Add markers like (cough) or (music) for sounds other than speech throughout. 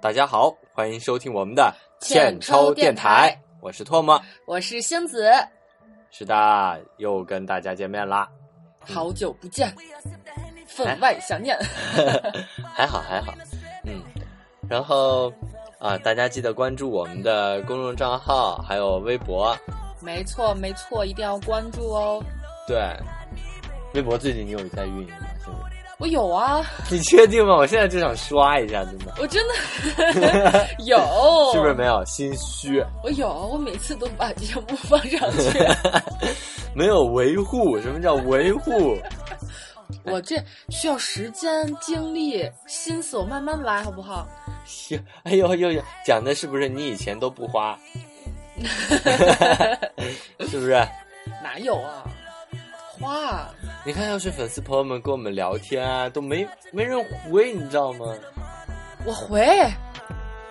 大家好，欢迎收听我们的欠抽电电台，我是唾沫。我是星子，是的，又跟大家见面啦。 (laughs) 好嗯久不见，分哎外想念。 (laughs) 还好还好，嗯，然后啊、大家记得关注我们的公众账号，还有微博。没错没错，一定要关注哦。对，微博最近你有在运营吗？现在我有啊，你确定吗？我现在就想刷一下，真的。(laughs) 我真的有，是不是没有心虚？我有，我每次都把节目放上去。 (laughs) 没有维护？什么叫维护？我这需要时间、精力、心思，我慢慢来，好不好？哟，哎呦呦呦，讲的是不是你以前都不花？ (laughs) 是不是？哪有啊？花啊，你看，要是粉丝朋友们跟我们聊天啊，都没没人回，你知道吗？我回，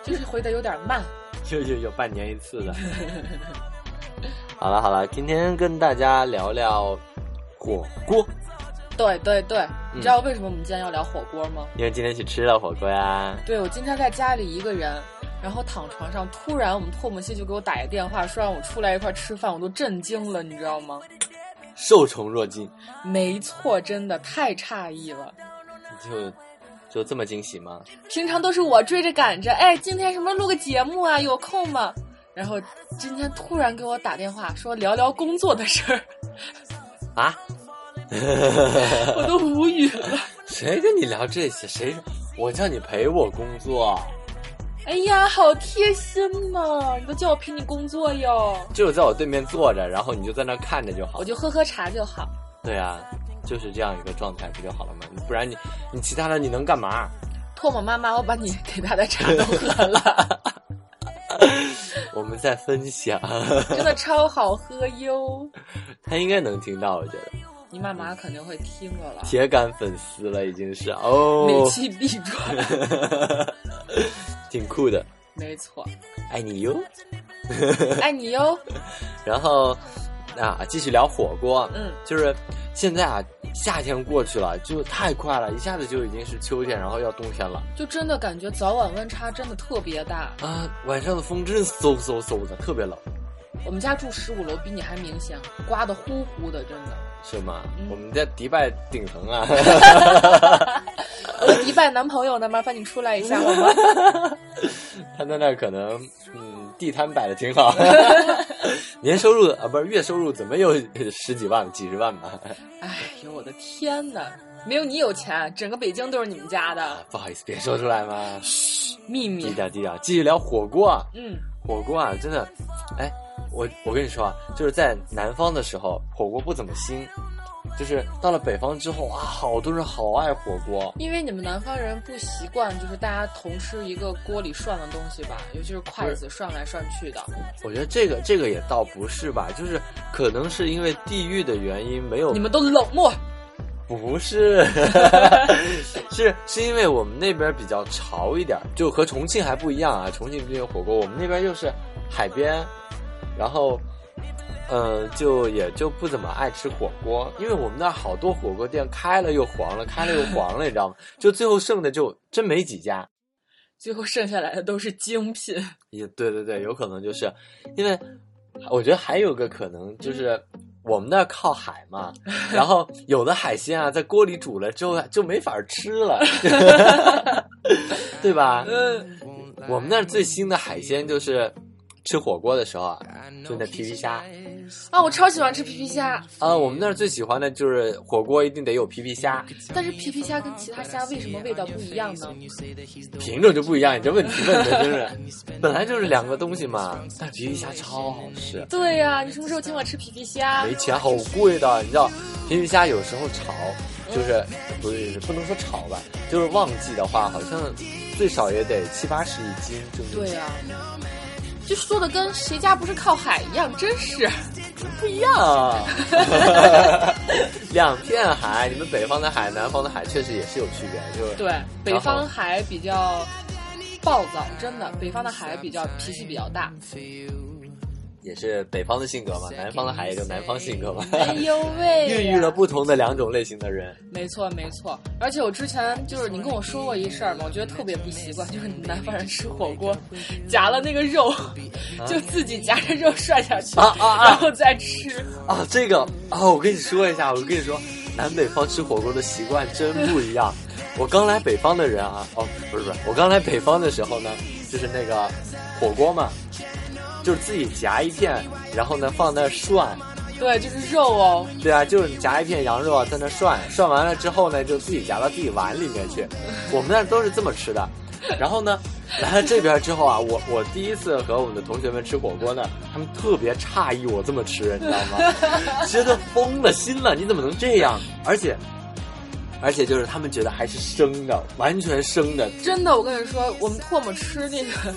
就是回的有点慢。就有有半年一次的。 (laughs) 好了好了，今天跟大家聊聊火锅，对对对，嗯你知道为什么我们今天要聊火锅吗？因为今天去吃了火锅呀。对，我今天在家里一个人，然后躺床上，突然我们唾沫星就给我打一电话，说让我出来一块儿吃饭，我都震惊了，你知道吗？受宠若惊，没错，真的太诧异了。就就这么惊喜吗？平常都是我追着赶着，哎，今天什么录个节目啊，有空吗？然后今天突然给我打电话说聊聊工作的事儿， (laughs) 啊？我都无语了。谁跟你聊这些？谁？我叫你陪我工作，哎呀，好贴心呐、你都叫我陪你工作哟，就在我对面坐着，然后你就在那儿看着就好我。就喝喝茶就好。对啊，就是这样一个状态不就好了吗？不然你你其他的你能干 (laughs) 嘛？唾沫妈妈，我把你给他的茶都喝了。我们在分享， (laughs) (laughs) 真的超好喝哟！他应该能听到，我觉得你妈妈肯定会听我了，铁杆粉丝了已经是哦，每期必转，挺酷的，没错，爱你哟。爱你哟。然后啊，继续聊火锅，嗯，就是现在啊，夏天过去了就太快了，一下子就已经是秋天，然后要冬天了。就真的感觉早晚温差真的特别大。啊，晚上的风真是嗖嗖嗖的，特别冷，我们家住十五楼，比你还明显，刮的呼呼的，真的。是吗？嗯我们在迪拜顶层啊，我的呃迪拜男朋友呢？麻烦你出来一下好吗？他在那儿可能嗯地摊摆的挺 (laughs) 好，年收入啊不是月收入怎么有十几万几十万吧？哎呦，我的天哪！没有你有钱，整个北京都是你们家的 (laughs) 不好意思，别说出来嘛，秘低密。调低调，继续聊火锅啊，嗯，火锅啊，真的，哎，我我跟你说啊，就是在南方的时候，火锅不怎么兴。就是到了北方之后啊，好多人好爱火锅，因为你们南方人不习惯，就是大家同吃一个锅里涮的东西吧，尤其是筷子涮来涮去的。我觉得这个这个也倒不是吧，就是可能是因为地域的原因，没有你们都冷漠。不是，是是因为我们那边比较潮一点儿，就和重庆还不一样啊。重庆这边火锅，我们那边又是海边，然后，嗯、就也就不怎么爱吃火锅，因为我们那儿好多火锅店开了又黄了，开了又黄了，你知道吗？就最后剩的就真没几家。最后剩下来的都是精品。也对对对，有可能就是因为我觉得还有个可能就是我们那儿靠海嘛，然后有的海鲜啊，在锅里煮了之后就没法吃了，对吧？嗯，我们那儿最新的海鲜就是吃火锅的时候啊，就那皮皮虾啊，我超喜欢吃皮皮虾，啊，我们那儿最喜欢的就是火锅一定得有皮皮虾，但是皮皮虾跟其他虾为什么味道不一样呢？品种就不一样，你这问题问的真是，本来就是两个东西嘛，但皮皮虾超好吃。对呀、你什么时候请我吃皮皮虾？没钱好贵的，你知道，皮皮虾有时候炒，就是不是不能说炒吧，就是旺季的话，好像最少也得七八十一斤，就是对呀、就说的跟谁家不是靠海一样，真是不一样。啊，两片海，你们北方的海，南方的海确实也是有区别，就是对，北然后方海比较暴躁，真的，北方的海比较脾气比较大。也是北方的性格嘛，南方的海也就南方性格嘛，哎呦 (laughs) 喂，孕育了不同的两种类型的人。没错没错，而且我之前就是你跟我说过一事儿嘛，我觉得特别不习惯，就是南方人吃火锅，夹了那个肉，就自己夹着肉涮下去，啊啊啊然后再吃。啊，这个啊，我跟你说一下，我跟你说，南北方吃火锅的习惯真不一样。我刚来北方的人啊，哦，不是不是，我刚来北方的时候呢，就是那个火锅嘛，就是自己夹一片，然后呢放那儿涮，对，就是肉哦，对啊，就是你夹一片羊肉啊，在那涮，涮完了之后呢，就自己夹到自己碗里面去。我们那儿都是这么吃的。然后呢，来了这边之后啊，我我第一次和我们的同学们吃火锅呢，他们特别诧异我这么吃，你知道吗？ (laughs) 觉得疯了心了，你怎么能这样？而且，而且就是他们觉得还是生的，完全生的，真的，我跟你说，我们唾沫吃那个，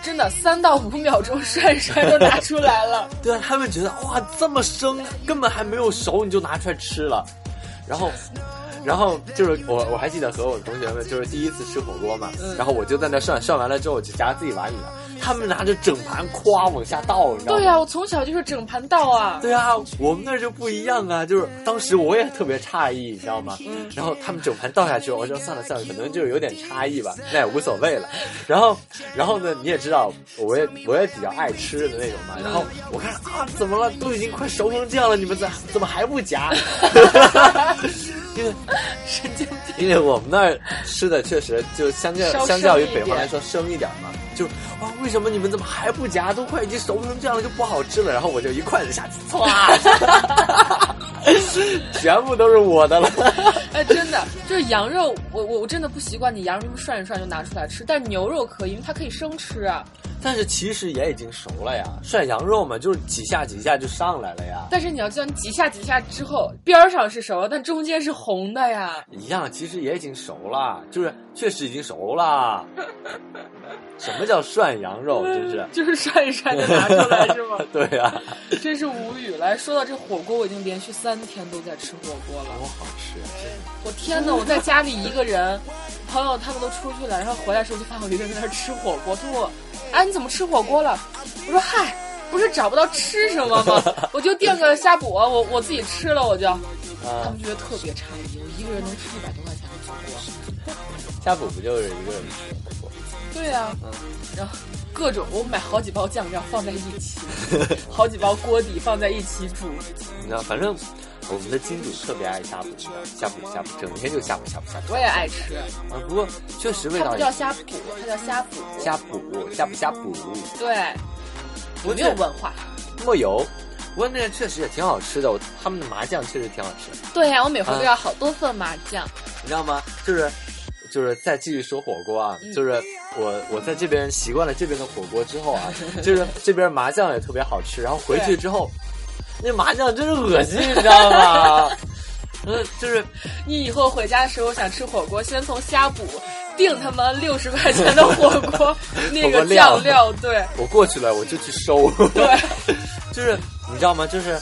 真的三到五秒钟涮一涮就拿出来了。对啊，他们觉得哇这么生，根本还没有熟你就拿出来吃了，然后。然后就是我，我还记得和我同学们就是第一次吃火锅嘛，嗯然后我就在那涮，涮完了之后我就夹自己碗里了，他们拿着整盘夸往下倒，你知道吗？对呀、啊我从小就是整盘 (laughs) 倒啊。对啊，我们那儿就不一样啊，就是当时我也特别诧异，你知道吗？然后他们整盘倒下去，我说算了算了，可能就是有点差异吧，那也无所谓了。然后，然后呢，你也知道，我也我也比较爱吃的那种嘛。然后我看啊，怎么了？都已经快熟成这样了，你们怎怎么还不夹？ (laughs) 因为神经病。因为我们那儿吃的确实就相较稍相较于生一北方点来说生一点嘛，就是啊，为什么你们怎么还不夹？都快已经熟成这样了，就不好吃了。然后我就一筷子下去，唰， (laughs) 全部都是我的了。 (laughs) 哎，真的就是羊肉，我我我真的不习惯你羊肉这么涮一涮就拿出来吃，但牛肉可以，因为它可以生吃啊。但是其实也已经熟了呀，涮羊肉嘛，就是几下几下就上来了呀，但是你要知道，你几下几下之后，边儿上是熟的，但中间是红的呀。 (laughs) 一样，其实也已经熟了，就是确实已经熟了。什么叫涮羊肉？真是， (laughs) 就是涮一涮就拿出来是吗？对呀、啊，真是无语了。说到这火锅，我已经连续三天都在吃火锅了。多好吃，真的。我天呐，我在家里一个人，朋友他们都出去了，然后回来的时候就发现我一个人在那儿吃火锅。他说我，哎，你怎么吃火锅了？我说嗨，不是找不到吃什么吗？ (laughs) 我就订个虾补，我我自己吃了，我就。啊他们觉得特别诧异，我一个人能吃一百多块钱的火锅。呷哺不就是一个人吃火锅？对呀、然后各种我买好几包酱料放在一 (laughs) 起，好几包锅底放在一起煮。你知道，反正我们的金主特别爱呷哺，你知道，呷哺呷哺，整天就呷哺呷哺呷哺我也爱吃，啊。不过确实味它道不也叫虾补，它叫虾补。呷哺呷哺呷哺，对，我没有文化。莫油。不过那个确实也挺好吃的，我他们的麻酱确实挺好吃，对啊呀、我每回都要好多份麻酱。你知道吗？就是就是再继续说火锅啊，嗯就是我我在这边习惯了这边的火锅之后啊， (laughs) 就是这边麻酱也特别好吃，然后回去对之后，那麻酱真是恶心，你知道吗？ (laughs) 嗯，就是你以后回家的时候想吃火锅，先从虾补订他们六十块钱的火锅 (laughs) 那火锅个料酱料， (laughs) 对我过去了，我就去收。对，就是你知道吗？就是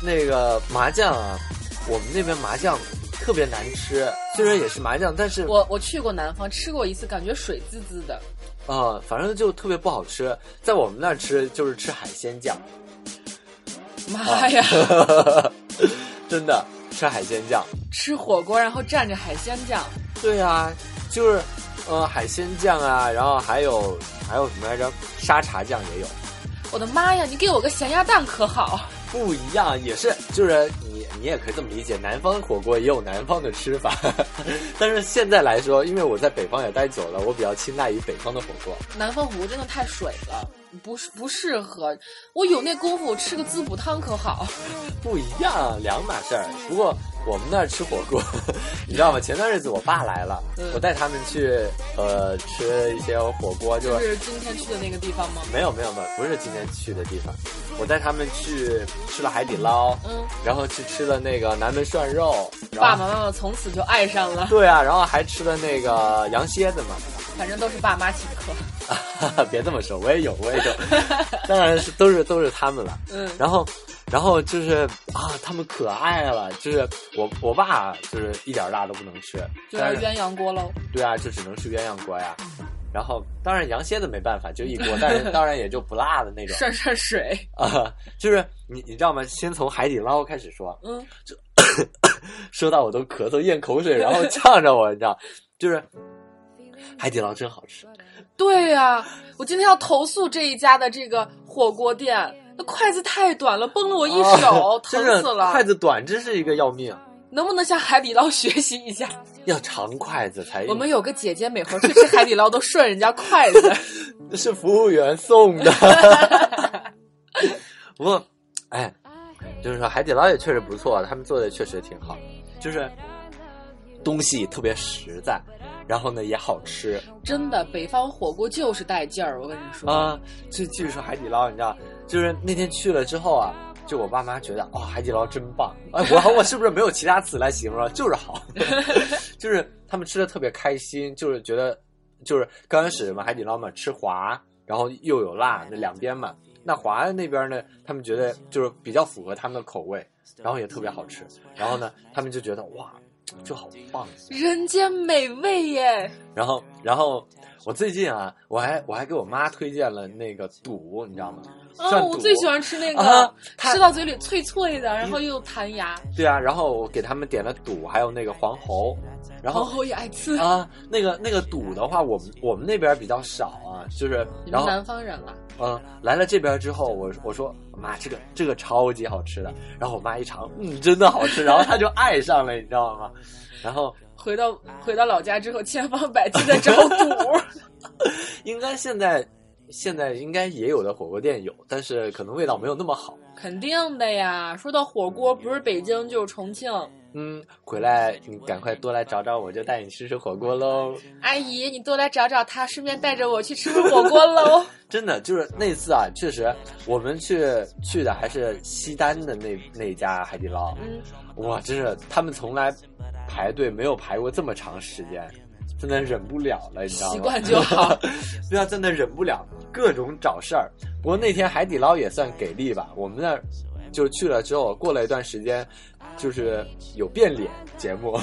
那个麻酱啊，我们那边麻酱特别难吃，虽然也是麻酱，但是啊、我我去过南方吃过一次，感觉水滋滋的。呃反正就特别不好吃。在我们那儿吃就是吃海鲜酱， (laughs) 妈呀，真的吃海鲜酱。 (laughs) 吃火锅然后蘸着海鲜酱，对啊，就是呃海鲜酱啊，然后还有还有什么来着？沙茶酱也有。我的妈呀，你给我个咸鸭蛋可好？不一样，也是，就是你你也可以这么理解，南方火锅也有南方的吃 (laughs) 法，但是现在来说，因为我在北方也待久了，我比较青睐于北方的火锅。南方火锅真的太水了，不是不适合。我有那功夫吃个滋补汤可好？不一样，两码事儿。不过我们那儿吃火锅， (laughs) 你知道吗？前段日子我爸来了，嗯我带他们去呃吃一些火锅，就就是是今天去的那个地方吗？没有没有没有，不是今天去的地方，我带他们去吃了海底捞，嗯，然后去吃了那个南门涮肉，然爸后爸妈妈从此就爱上了，对啊，然后还吃了那个羊蝎子嘛。反正都是爸妈请客。 (laughs) 别这么说，我也有，我也有， (laughs) 当然是都是都是他们了。嗯，然后，然后就是啊，他们可爱了，就是我我爸就是一点辣都不能吃，就要但是鸳鸯锅喽。对啊，就只能吃鸳鸯锅呀。然后当然羊蝎子没办法，就一锅，但是当然也就不辣的那种涮涮水，啊、 (laughs) 就是你你知道吗？先从海底捞开始说，嗯，说到我都咳嗽咽口水，然 (laughs) 后呛着我，你知道，就是海底捞真好吃。对呀、我今天要投诉这一家的这个火锅店，那筷子太短了，崩了我一手，啊疼真是死了筷。子短真是一个要命，能不能向海底捞学习一下？要长筷子才。我们有个姐姐，每回去吃海底捞都顺人家筷子。 (laughs) 是服务员送的。不过，哎，就是说海底捞也确实不错，他们做的确实挺好，就是东西特别实在，然后呢也好吃 (laughs) 真的，北方火锅就是带劲儿，我跟你说。啊。就继续说海底捞，你知道，就是那天去了之后啊。就我爸妈觉得哇、海底捞真棒！哎，我我是不是没有其他词来形容？啊就是好，就是他们吃的特别开心，就是觉得就是刚开始嘛，海底捞嘛吃滑，然后又有辣，那两边嘛。那华安那边呢，他们觉得就是比较符合他们的口味，然后也特别好吃。然后呢，他们就觉得哇，就好棒。人间美味耶！然后，然后我最近啊，我还我还给我妈推荐了那个肚，你知道吗？啊，涮我肚最喜欢吃那个，啊它吃到嘴里脆脆的，然后又弹牙，对啊，然后我给他们点了肚，还有那个黄喉，然皇后后也爱吃。啊，那个那个肚的话，我们我们那边比较少啊，就是你然们后南方人了，嗯，来了这边之后，我我说妈，这个这个超级好吃的。然后我妈一尝，嗯，真的好吃，然后她就爱上了，你知道吗？然后回到回到老家之后，千方百计的找 (laughs) 补。应该现在现在应该也有的火锅店有，但是可能味道没有那么好。肯定的呀，说到火锅，不是北京就是重庆。嗯，回来你赶快多来找找我，就带你吃吃火锅喽。阿姨，你多来找找他，顺便带着我去吃吃火锅喽。真的就是那次啊，确实我们去去的还是西单的那那家海底捞，嗯，哇，真是他们从来排队没有排过这么长时间，真的忍不了了，你知道吗？习惯就 (laughs) 好。对啊，真的忍不了，各种找事儿。不过那天海底捞也算给力吧，我们那儿就去了之后，过了一段时间，就是有变脸节 (laughs) 目，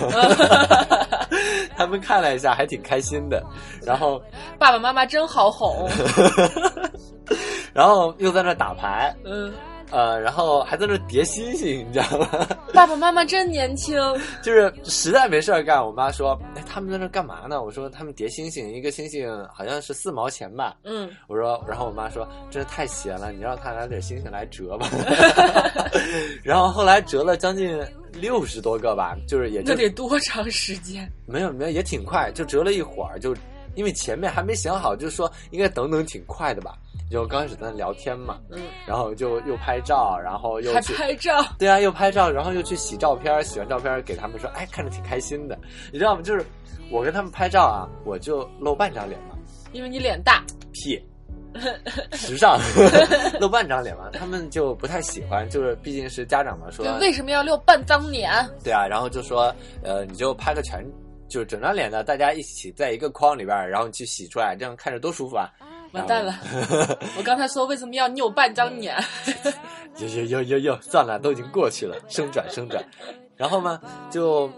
他们看了一下，还挺开心的。然后爸爸妈妈真好哄。然后又在那打牌，嗯，呃，然后还在那叠星星，你知道吗？ (laughs) 爸爸妈妈真年轻。就是实在没事儿干，我妈说：“哎，他们在那干嘛呢？”我说：“他们叠星星，一个星星好像是四毛钱吧。嗯，”我说，然后我妈说：“真是太闲了，你让他拿点星星来折 (laughs) 吧。” (laughs) 然后后来折了将近六十多个吧，就是也那就得多长时间？没有没有也挺快，就折了一会儿，就因为前面还没想好，就说应该等等挺快的吧。就刚开始在那聊天嘛，嗯，然后就又拍照，然后又还去拍照。对啊，又拍照，然后又去洗照片儿，洗完照片儿给他们说，哎，看着挺开心的，你知道吗？就是我跟他们拍照啊，我就露半张脸嘛，因为你脸大，屁，时 (laughs) 尚，露半张脸嘛，他们就不太喜欢，就是毕竟是家长嘛，说对，啊为什么要露半张脸？对啊，然后就说，呃，你就拍个全，就是整张脸呢，大家一起在一个框里边儿，然后你去洗出来，这样看着多舒服啊！完蛋了！ (laughs) 嗯我刚才说为什么要扭半张脸？哟哟哟哟哟，算了，都已经过去了，生转生转。然后嘛，就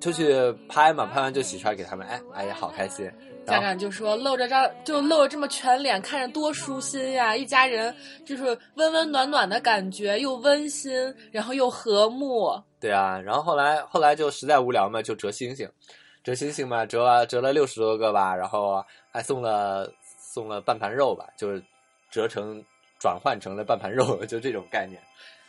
就去拍嘛，拍完就洗出来给他们，哎，哎呀，好开心。家然后长就说露着张，就露着这么全脸，看着多舒心呀！一家人就是温温暖暖的感觉，又温馨，然后又和睦。对啊，然后后来后来就实在无聊嘛，就折星星，折星星嘛，折了折了六十多个吧，然后还送了送了半盘肉吧，就是折成转换成了半盘肉，就这种概念。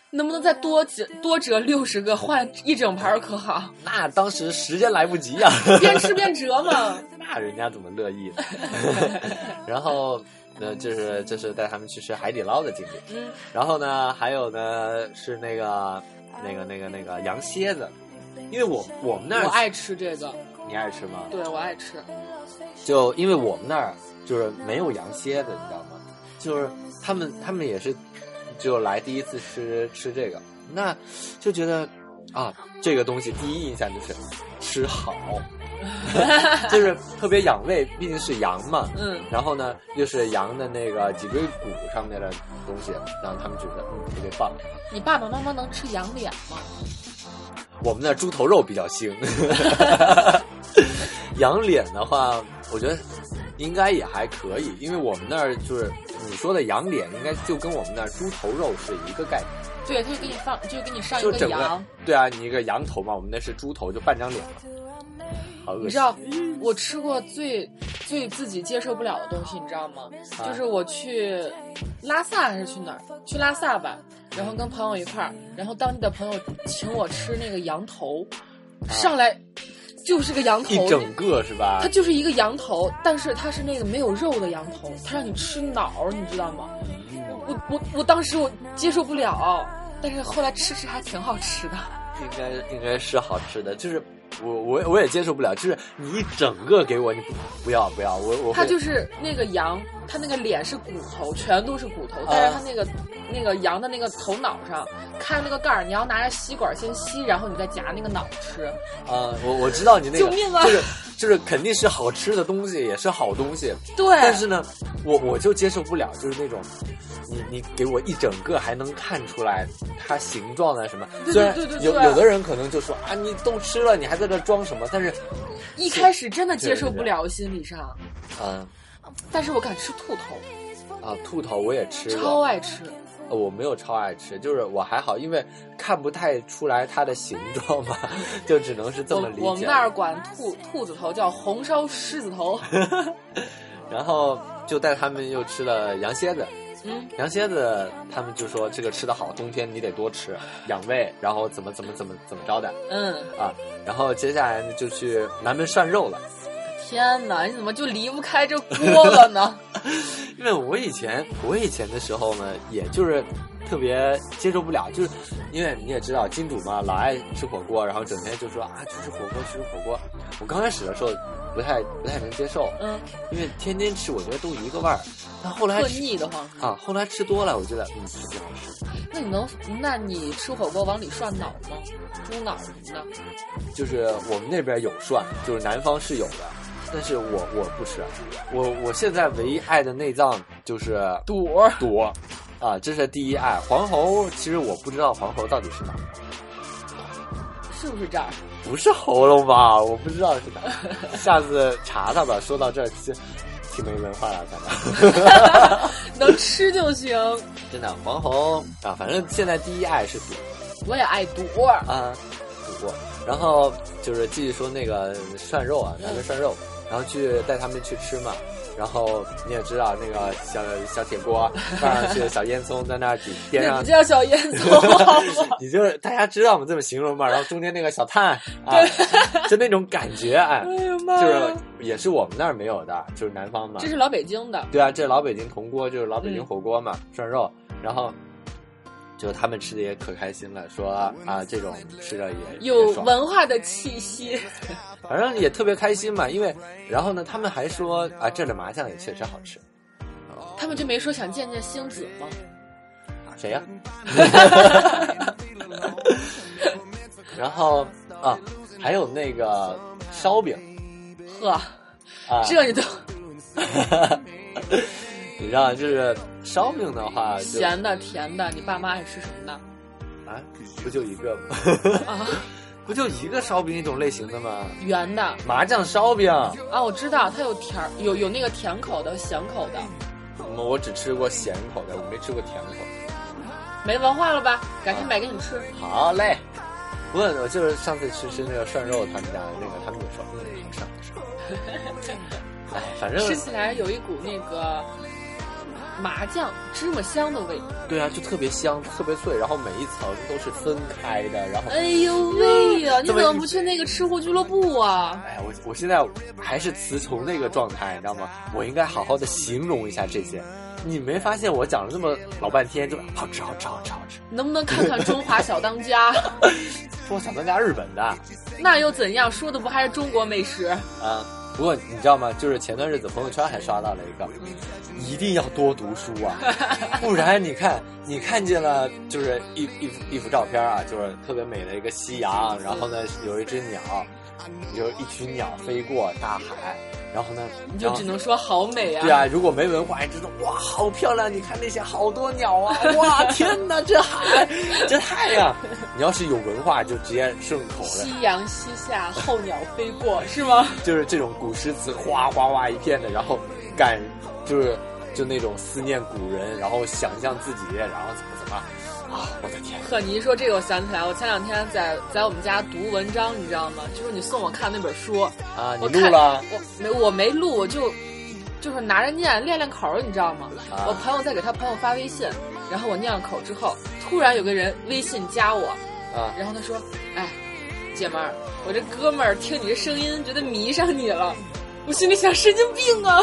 能不能再多折多折六十个，换一整盘儿可好？那当时时间来不及呀、 (laughs) 边吃边折 (laughs) 嘛。那人家怎么乐意呢？ (laughs) 然后，呃，就是这是带他们去吃海底捞的经历。嗯，然后呢，还有呢是那个那个那个那个羊蝎子，因为我我们那儿我爱吃这个，你爱吃吗？对我爱吃。就因为我们那儿就是没有羊蝎子，你知道吗？就是他们他们也是就来第一次吃吃这个，那就觉得啊，这个东西第一印象就是吃好， (laughs) 就是特别养胃，毕竟是羊嘛。嗯，然后呢，又是羊的那个脊椎骨上面的东西，然后他们觉得嗯特别棒。你爸爸妈妈能吃羊脸吗？我们那猪头肉比较腥，羊脸的话，我觉得应该也还可以，因为我们那儿就是你说的羊脸，应该就跟我们那儿猪头肉是一个概念。对，他就给你放，就给你上一就个整个羊。对啊，你一个羊头嘛，我们那是猪头，就半张脸嘛，好恶你知心。道我吃过最最自己接受不了的东西，你知道吗？啊就是我去拉萨还是去哪儿？去拉萨吧，然后跟朋友一块儿，然后当地的朋友请我吃那个羊头，上来就是个羊头，啊一整个是吧它？就是一个羊头，但是它是那个没有肉的羊头，它让你吃脑儿，你知道吗？我我我当时我接受不了，但是后来吃吃还挺好吃的。应该应该是好吃的，就是我我我也接受不了，就是你一整个给我，你不不要不要，我我它会就是那个羊，它那个脸是骨头，全都是骨啊头，但是它那个、那个羊的那个头脑上开那个盖儿，你要拿着吸管先吸，然后你再夹那个脑吃。啊、我我知道你那个救命啊就是就是肯定是好吃的东西，也是好东西，对，但是呢，我我就接受不了，就是那种，你你给我一整个还能看出来它形状啊什么。对虽然对对对有对有的人可能就说啊，你都吃了，你还在这装什么？但是，一开始真的接受不了，心理上，嗯但是我敢吃兔头，啊，兔头我也吃超过，爱吃。呃我没有超爱吃，就是我还好，因为看不太出来它的形状嘛， (laughs) 就只能是这我么理解。我们那儿管兔兔子头叫红烧狮子 (laughs) 头，然后就带他们又吃了羊蝎子，嗯，羊蝎子他们就说这个吃的好，冬天你得多吃，养胃，然后怎么怎么怎么怎么着的。嗯，啊，然后接下来呢就去南门涮肉了， (laughs) 天哪，你怎么就离不开这锅了 (laughs) 呢？因为我以前我以前的时候呢，也就是特别接受不了，就是因为你也知道金主嘛，老爱吃火锅，然后整天就说啊去吃火锅去吃火锅，我刚开始的时候不太不太能接受，嗯，因为天天吃我觉得都一个味儿，但后来特吃腻得慌。啊后来吃多了，我觉得嗯不好吃，那你能，那你吃火锅往里涮脑吗？猪脑什么的？就是我们那边有涮，就是南方是有的。但是我我不吃，我我现在唯一爱的内脏就是肚儿多啊，这是第一爱。黄喉其实我不知道黄喉到底是哪，是不是这儿？不是喉咙吧？我不知道是哪，下次查查吧。说到这儿，其实挺没文化的，咱们能吃就行。 (laughs) 真的黄喉啊，反正现在第一爱是肚我也爱肚儿，啊肚，然后就是继续说那个涮肉啊，南门涮肉，然后去带他们去吃嘛。然后你也知道那个小小铁 (laughs) 锅啊放上去，小烟囱在那儿底边那上不叫小烟 (laughs) 囱好吗？你就是大家知道我们这么形容嘛，然后中间那个小炭 (laughs) 啊，就那种感觉，哎，哎呀妈就是呀！也是我们那儿没有的，就是南方嘛这。是老北京的，对啊，这老北京铜锅就是老北京嗯火锅嘛，涮肉，然后就他们吃的也可开心了，说啊这种吃着也有也爽，文化的气息。反正也特别开心嘛。因为然后呢，他们还说啊这儿的麻酱也确实好吃，他们就没说想见见星子吗？谁呀、 (laughs) 然后啊还有那个烧饼呵，啊，这你都 (laughs) 你知道，就是烧饼的话，就咸的、甜的，你爸妈爱吃什么的？啊，不就一个吗？ (laughs) 啊，不就一个烧饼一种类型的吗？圆的麻酱烧饼，啊，我知道，它有甜儿，有有那个甜口的、咸口的。嗯我只吃过咸口的，我没吃过甜口的。没文化了吧？改天买给你吃。好嘞，不过我就是上次吃吃那个涮肉，他们家的那个，他们就说嗯，好涮好涮。哎，反正吃起来有一股那个麻酱芝麻香的味道。对啊，就特别香，特别脆，然后每一层都是分开的，然后。哎呦喂呀！你这怎么么不去那个吃货俱乐部啊？哎呀，我我现在还是词穷那个状态，你知道吗？我应该好好的形容一下这些。你没发现我讲了这么老半天，就好吃好吃好吃好吃，能不能看看《中华小当 (laughs) 家》？说我想当家日本的那又怎样？说的不还是中国美食？啊。不过你知道吗？就是前段日子朋友圈还刷到了一个，一定要多读书啊， (laughs) 不然你看你看见了就是一一幅一幅照片啊，就是特别美的一个夕阳，然后呢有一只鸟，有一群鸟飞过大海，然后呢，你然就后只能说好美啊。对啊，如果没文化，真的哇，好漂亮！你看那些好多鸟啊， (laughs) 哇，天哪，这海，这太阳！你要是有文化，就直接顺口了，夕阳西下，候鸟飞过，是吗？就是这种古诗词，哗哗哗一片的，然后感就是就那种思念古人，然后想象自己，然后怎么怎么啊！我的天，呵，你一说这个，我想起来，我前两天在在我们家读文章，你知道吗？就是你送我看那本书，啊，你我录看了？我没我没录，我就就是拿着念练练口儿，你知道吗？啊我朋友在给他朋友发微信，然后我念了口之后，突然有个人微信加我，啊，然后他说：“哎，姐们儿，我这哥们儿听你这声音觉得迷上你了。”我心里想神经病啊！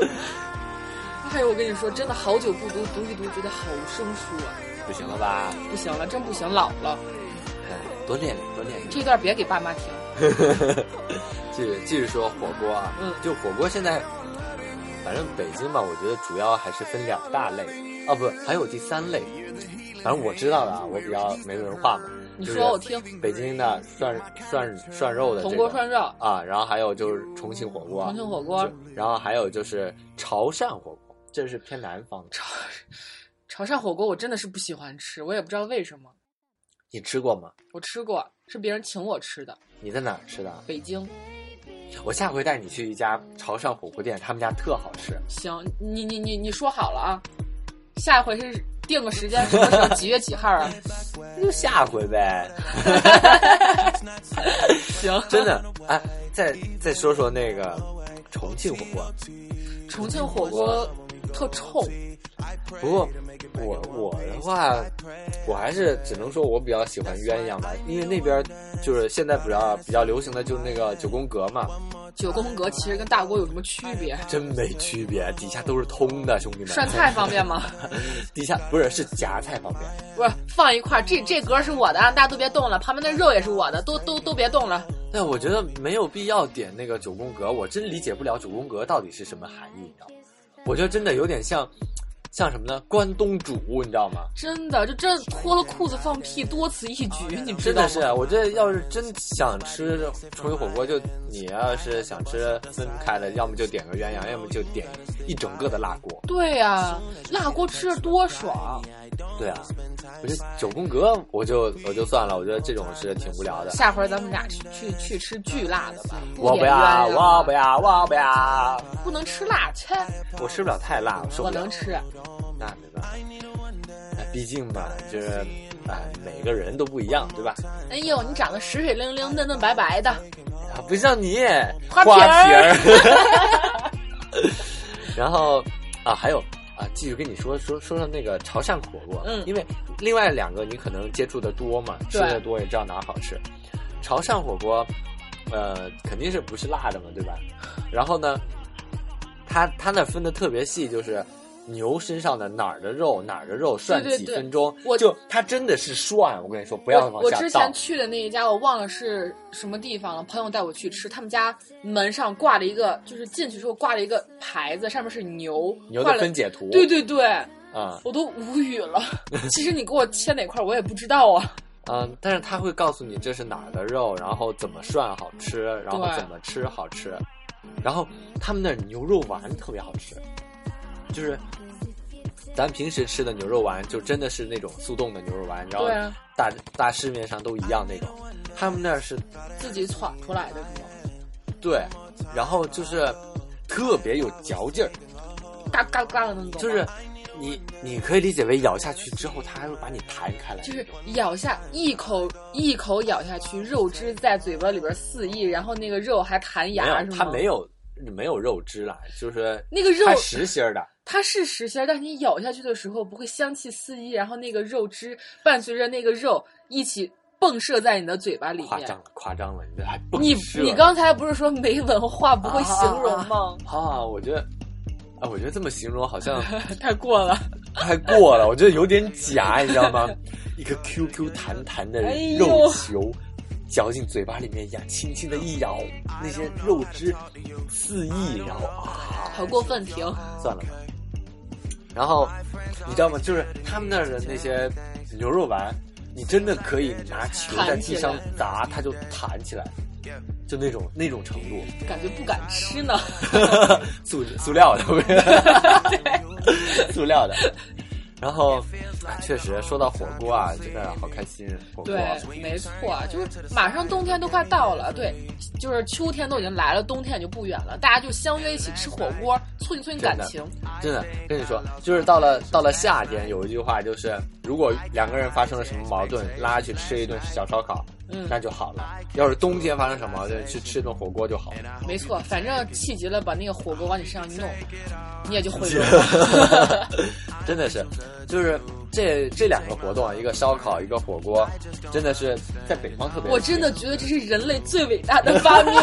(laughs) 哎呦，我跟你说，真的好久不读，读一读觉得好生疏啊！不行了吧？不行了，真不行，老了。哎，多练练，多练练。这段别给爸妈听。继续继续说火锅啊，嗯就火锅现在，反正北京吧，我觉得主要还是分两大类，啊不，还有第三类，反正我知道的啊，我比较没文化嘛。你就是说我听，北京的涮涮涮肉的这铜个锅涮肉、啊，然后还有就是重庆火锅重，庆火锅、然后还有就是潮汕火锅，这是偏南方的。潮汕火锅，我真的是不喜欢吃，我也不知道为什么。你吃过吗？我吃过，是别人请我吃的。你在哪儿吃的？啊北京我下回带你去一家潮汕火锅店，他们家特好吃。行，你你你你说好了啊，下回是定个时间，什么时候几月几号啊？那就下回呗。行，真的，哎，再再说说那个重庆火锅。重庆火锅特臭，不过我我的话，我还是只能说我比较喜欢鸳鸯吧，因为那边就是现在比较比较流行的就是那个九宫格嘛，九宫格其实跟大锅有什么区别？真没区别，底下都是通的，兄弟们。涮菜方便吗？底下不是是夹菜方便，不是，放一块儿，这这格是我的啊，大家都别动了，旁边那肉也是我的，都都都别动了。但我觉得没有必要点那个九宫格，我真理解不了九宫格到底是什么含义，你知道吗？我觉得真的有点像像什么呢？关东煮，你知道吗？真的，就真脱了裤子放屁，多此一举，你知真道的吗？是，啊我这要是真想吃重庆火锅，就你要是想吃分开的，要么就点个鸳鸯，要么就点一整个的辣锅。对呀、辣锅吃着多爽。对啊，我觉得九宫格，我就我就算了，我觉得这种是挺无聊的。下回咱们俩去去去吃巨辣的吧，我不点要，啊鸳鸯啊我不要，我不要，不能吃辣，切，我吃不了太辣，我受不我了能。吃。啊那没办法，哎毕竟吧，就是哎，每个人都不一样，对吧？哎呦，你长得水水灵灵、嫩嫩白白的，啊，不像你花花瓶儿儿。 (laughs) (laughs) 然后啊，还有啊，继续跟你说说说说那个潮汕火锅，嗯因为另外两个你可能接触的多嘛，吃对的多也知道哪儿好吃。潮汕火锅，呃，肯定是不是辣的嘛，对吧？然后呢，它它那分的特别细，就是。牛身上的哪儿的肉哪儿的肉涮对对几对分钟，我就它真的是涮，我跟你说不要我往我下倒。之前去的那一家，我忘了是什么地方了。朋友带我去吃，他们家门上挂了一个，就是进去之后挂了一个牌子，上面是牛，牛挂的了分解图，对对对，啊、我都无语了。 (laughs) 其实你给我切哪块儿，我也不知道啊。嗯，但是他会告诉你这是哪儿的肉，然后怎么涮好吃，然后对怎么吃好吃，然后他们那儿牛肉丸特别好吃，就是咱平时吃的牛肉丸就真的是那种速冻的牛肉丸，然后对啊大大市面上都一样那种，他们那儿是自己闯出来的是吗？对，然后就是特别有嚼劲儿，嘎嘎嘎的那种吗，就是你你可以理解为咬下去之后，它还会把你弹开来，就是咬下一口一口咬下去，肉汁在嘴巴里边肆意，然后那个肉还弹没牙，是有吗？它没有没有肉汁啦，就是那个肉它实心儿的。它是实心儿，但是你咬下去的时候不会香气四溢，然后那个肉汁伴随着那个肉一起迸射在你的嘴巴里夸张面。了，夸张了，你这还不你是你刚才不是说没文化不会形容吗？啊？我觉得，啊，我觉得这么形容好像 (laughs) 太过了，太过了，我觉得有点假，你知道吗？一个 QQ 弹弹的哎呦肉球。嚼进嘴巴里面呀，轻轻的一咬，那些肉汁肆意，然后啊，好过分停。算了吧。然后你知道吗？就是他们那儿的那些牛肉丸，你真的可以拿球在地上砸，它就弹起来。就那种那种程度， (laughs) 感觉不敢吃呢。塑塑料的，不是塑料的。然后，哎确实说到火锅啊，真的好开心，火锅。啊对，没错，就是马上冬天都快到了，对，就是秋天都已经来了，冬天也就不远了，大家就相约一起吃火锅，促进促进感情。真的跟你说，就是到了到了夏天，有一句话就是，如果两个人发生了什么矛盾，拉去吃一顿小烧烤，嗯那就好了；要是冬天发生什么矛盾，去吃一顿火锅就好了。没错，反正气急了，把那个火锅往你身上一弄，你也就 (laughs) 会真的是，就是这这两个活动啊，一个烧烤，一个火锅，真的是在北方特别。我真的觉得这是人类最伟大的发明。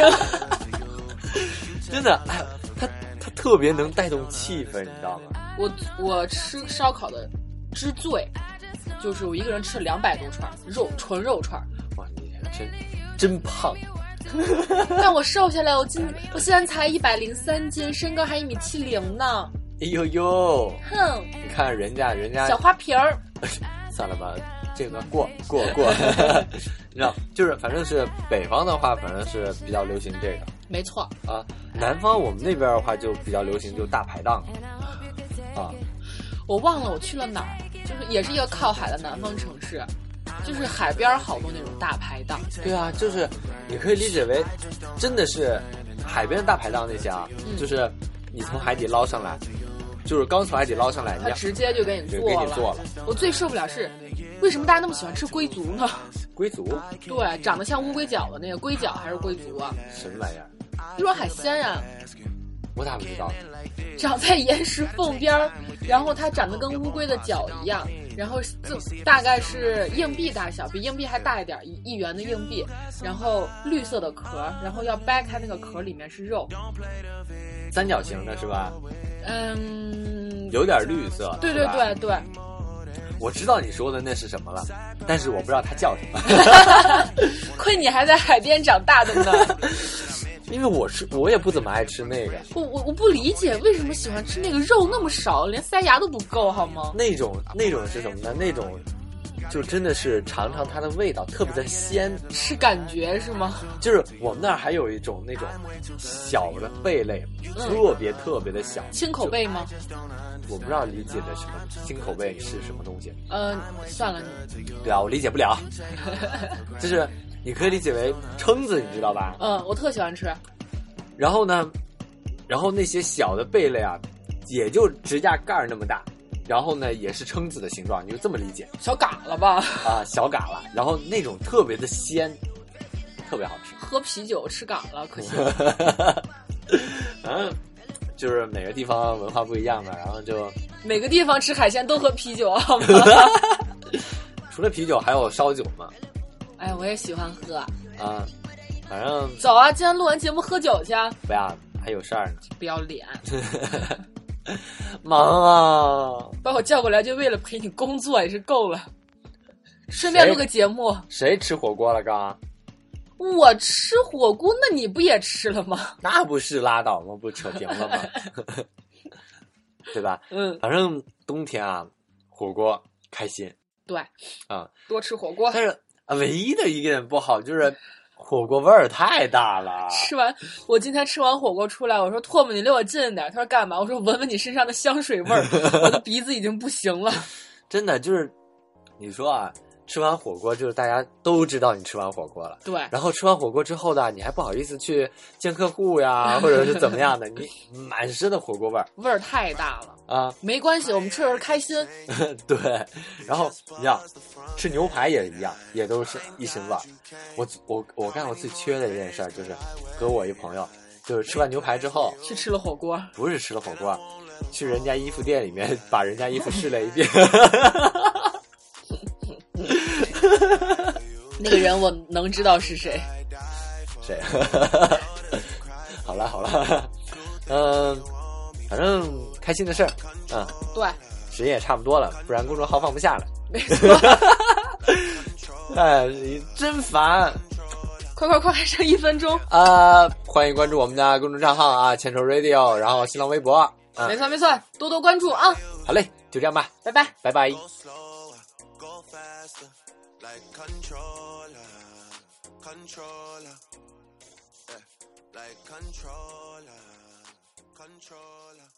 (laughs) 真的， (laughs) 哎，它它特别能带动气氛，你知道吗？我我吃烧烤的之最，就是我一个人吃了两百多串儿肉，纯肉串儿。哇，你真真胖，但我瘦下来，我今我现在才一百零三斤，身高还一米七零呢。哎呦呦！哼，你看人家，人家小花瓶儿，算了吧，这个过过过， (laughs) 你知道，就是反正是北方的话，反正是比较流行这个没错。啊。南方我们那边的话就比较流行就大排档啊，我忘了我去了哪儿，就是也是一个靠海的南方城市，就是海边儿好多那种大排档。对啊，就是你可以理解为真的是海边的大排档那些啊，嗯就是你从海底捞上来，就是刚从海底捞上来，你他要直接就给你就做给了。你做了我最受不了是，为什么大家那么喜欢吃龟足呢？龟足对，长得像乌龟脚的那个龟脚还是龟足啊？什么玩意儿，一种海鲜呀、啊，我咋不知道？长在岩石缝边儿，然后它长得跟乌龟的脚一样，然后就大概是硬币大小，比硬币还大一点儿，一一元的硬币，然后绿色的壳，然后要掰开那个壳里面是肉，三角形的是吧？嗯，有点绿色，对是对吧对对，我知道你说的那是什么了，但是我不知道它叫什么， (laughs) (laughs) 亏你还在海边长大的呢。因为我吃我也不怎么爱吃那个，我我我不理解为什么喜欢吃那个肉那么少，连塞牙都不够好吗？那种那种是什么呢？那种就真的是尝尝它的味道，特别的鲜。是感觉是吗？就是我们那儿还有一种那种小的贝类，特别特别的小，亲嗯口贝吗？我不知道理解的什么新口味是什么东西，呃，算了，对啊，我理解不 (laughs) 了。就是你可以理解为蛏子，你知道吧？嗯、我特喜欢吃，然后呢，然后那些小的贝类啊，也就指甲盖儿那么大，然后呢也是蛏子的形状，你就这么理解小嘎了吧？ (laughs) 啊，小嘎啦，然后那种特别的鲜，特别好吃。 (laughs) 喝啤酒吃嘎了，可惜。嗯，就是每个地方文化不一样嘛，然后就每个地方吃海鲜都喝啤酒好吗？除了啤酒还有烧酒嘛，哎，我也喜欢喝。啊，反正走啊，今天录完节目喝酒去啊，不要还有事儿呢，不要脸，忙啊！把我叫过来就为了陪你工作也是够了。顺便录个节目，谁吃火锅了刚？我吃火锅，那你不也吃了吗？那不是拉倒吗？不扯平了吗？ (laughs) 对吧？嗯，反正冬天啊，火锅开心对，啊、多吃火锅。但是啊唯一的一个点不好就是火锅味儿太大了。吃完，我今天吃完火锅出来，我说唾沫，你离我近一点。他说干嘛？我说闻闻你身上的香水味儿，我的鼻子已经不行了。真的就是，你说啊，吃完火锅就是大家都知道你吃完火锅了，对，然后吃完火锅之后呢，你还不好意思去见客户呀，或者是怎么样的，你满身的火锅味儿味儿太大了。啊， (laughs) 没关系，我们吃着开心。对。然后你知道，吃牛排也一样，也都是一身味儿。我我我干过最缺的一件事儿就是，和我一朋友就是吃完牛排之后，去吃了火锅，不是吃了火锅，去人家衣服店里面把人家衣服试了一遍。那个人我能知道是谁。谁？ (laughs) 好了好了，嗯，反正开心的事儿，嗯，对，时间也差不多了，不然公众号放不下了。 (laughs) 没错。哎，真烦快快快，还剩一分钟。啊、欢迎关注我们的公众账号啊，牵手 Radio，然后新浪微博。嗯没，错没错，多多关注啊，好嘞，就这样吧，拜拜。拜拜。 Go slower, go faster, like controller, controller. yeah. Like controller, controller.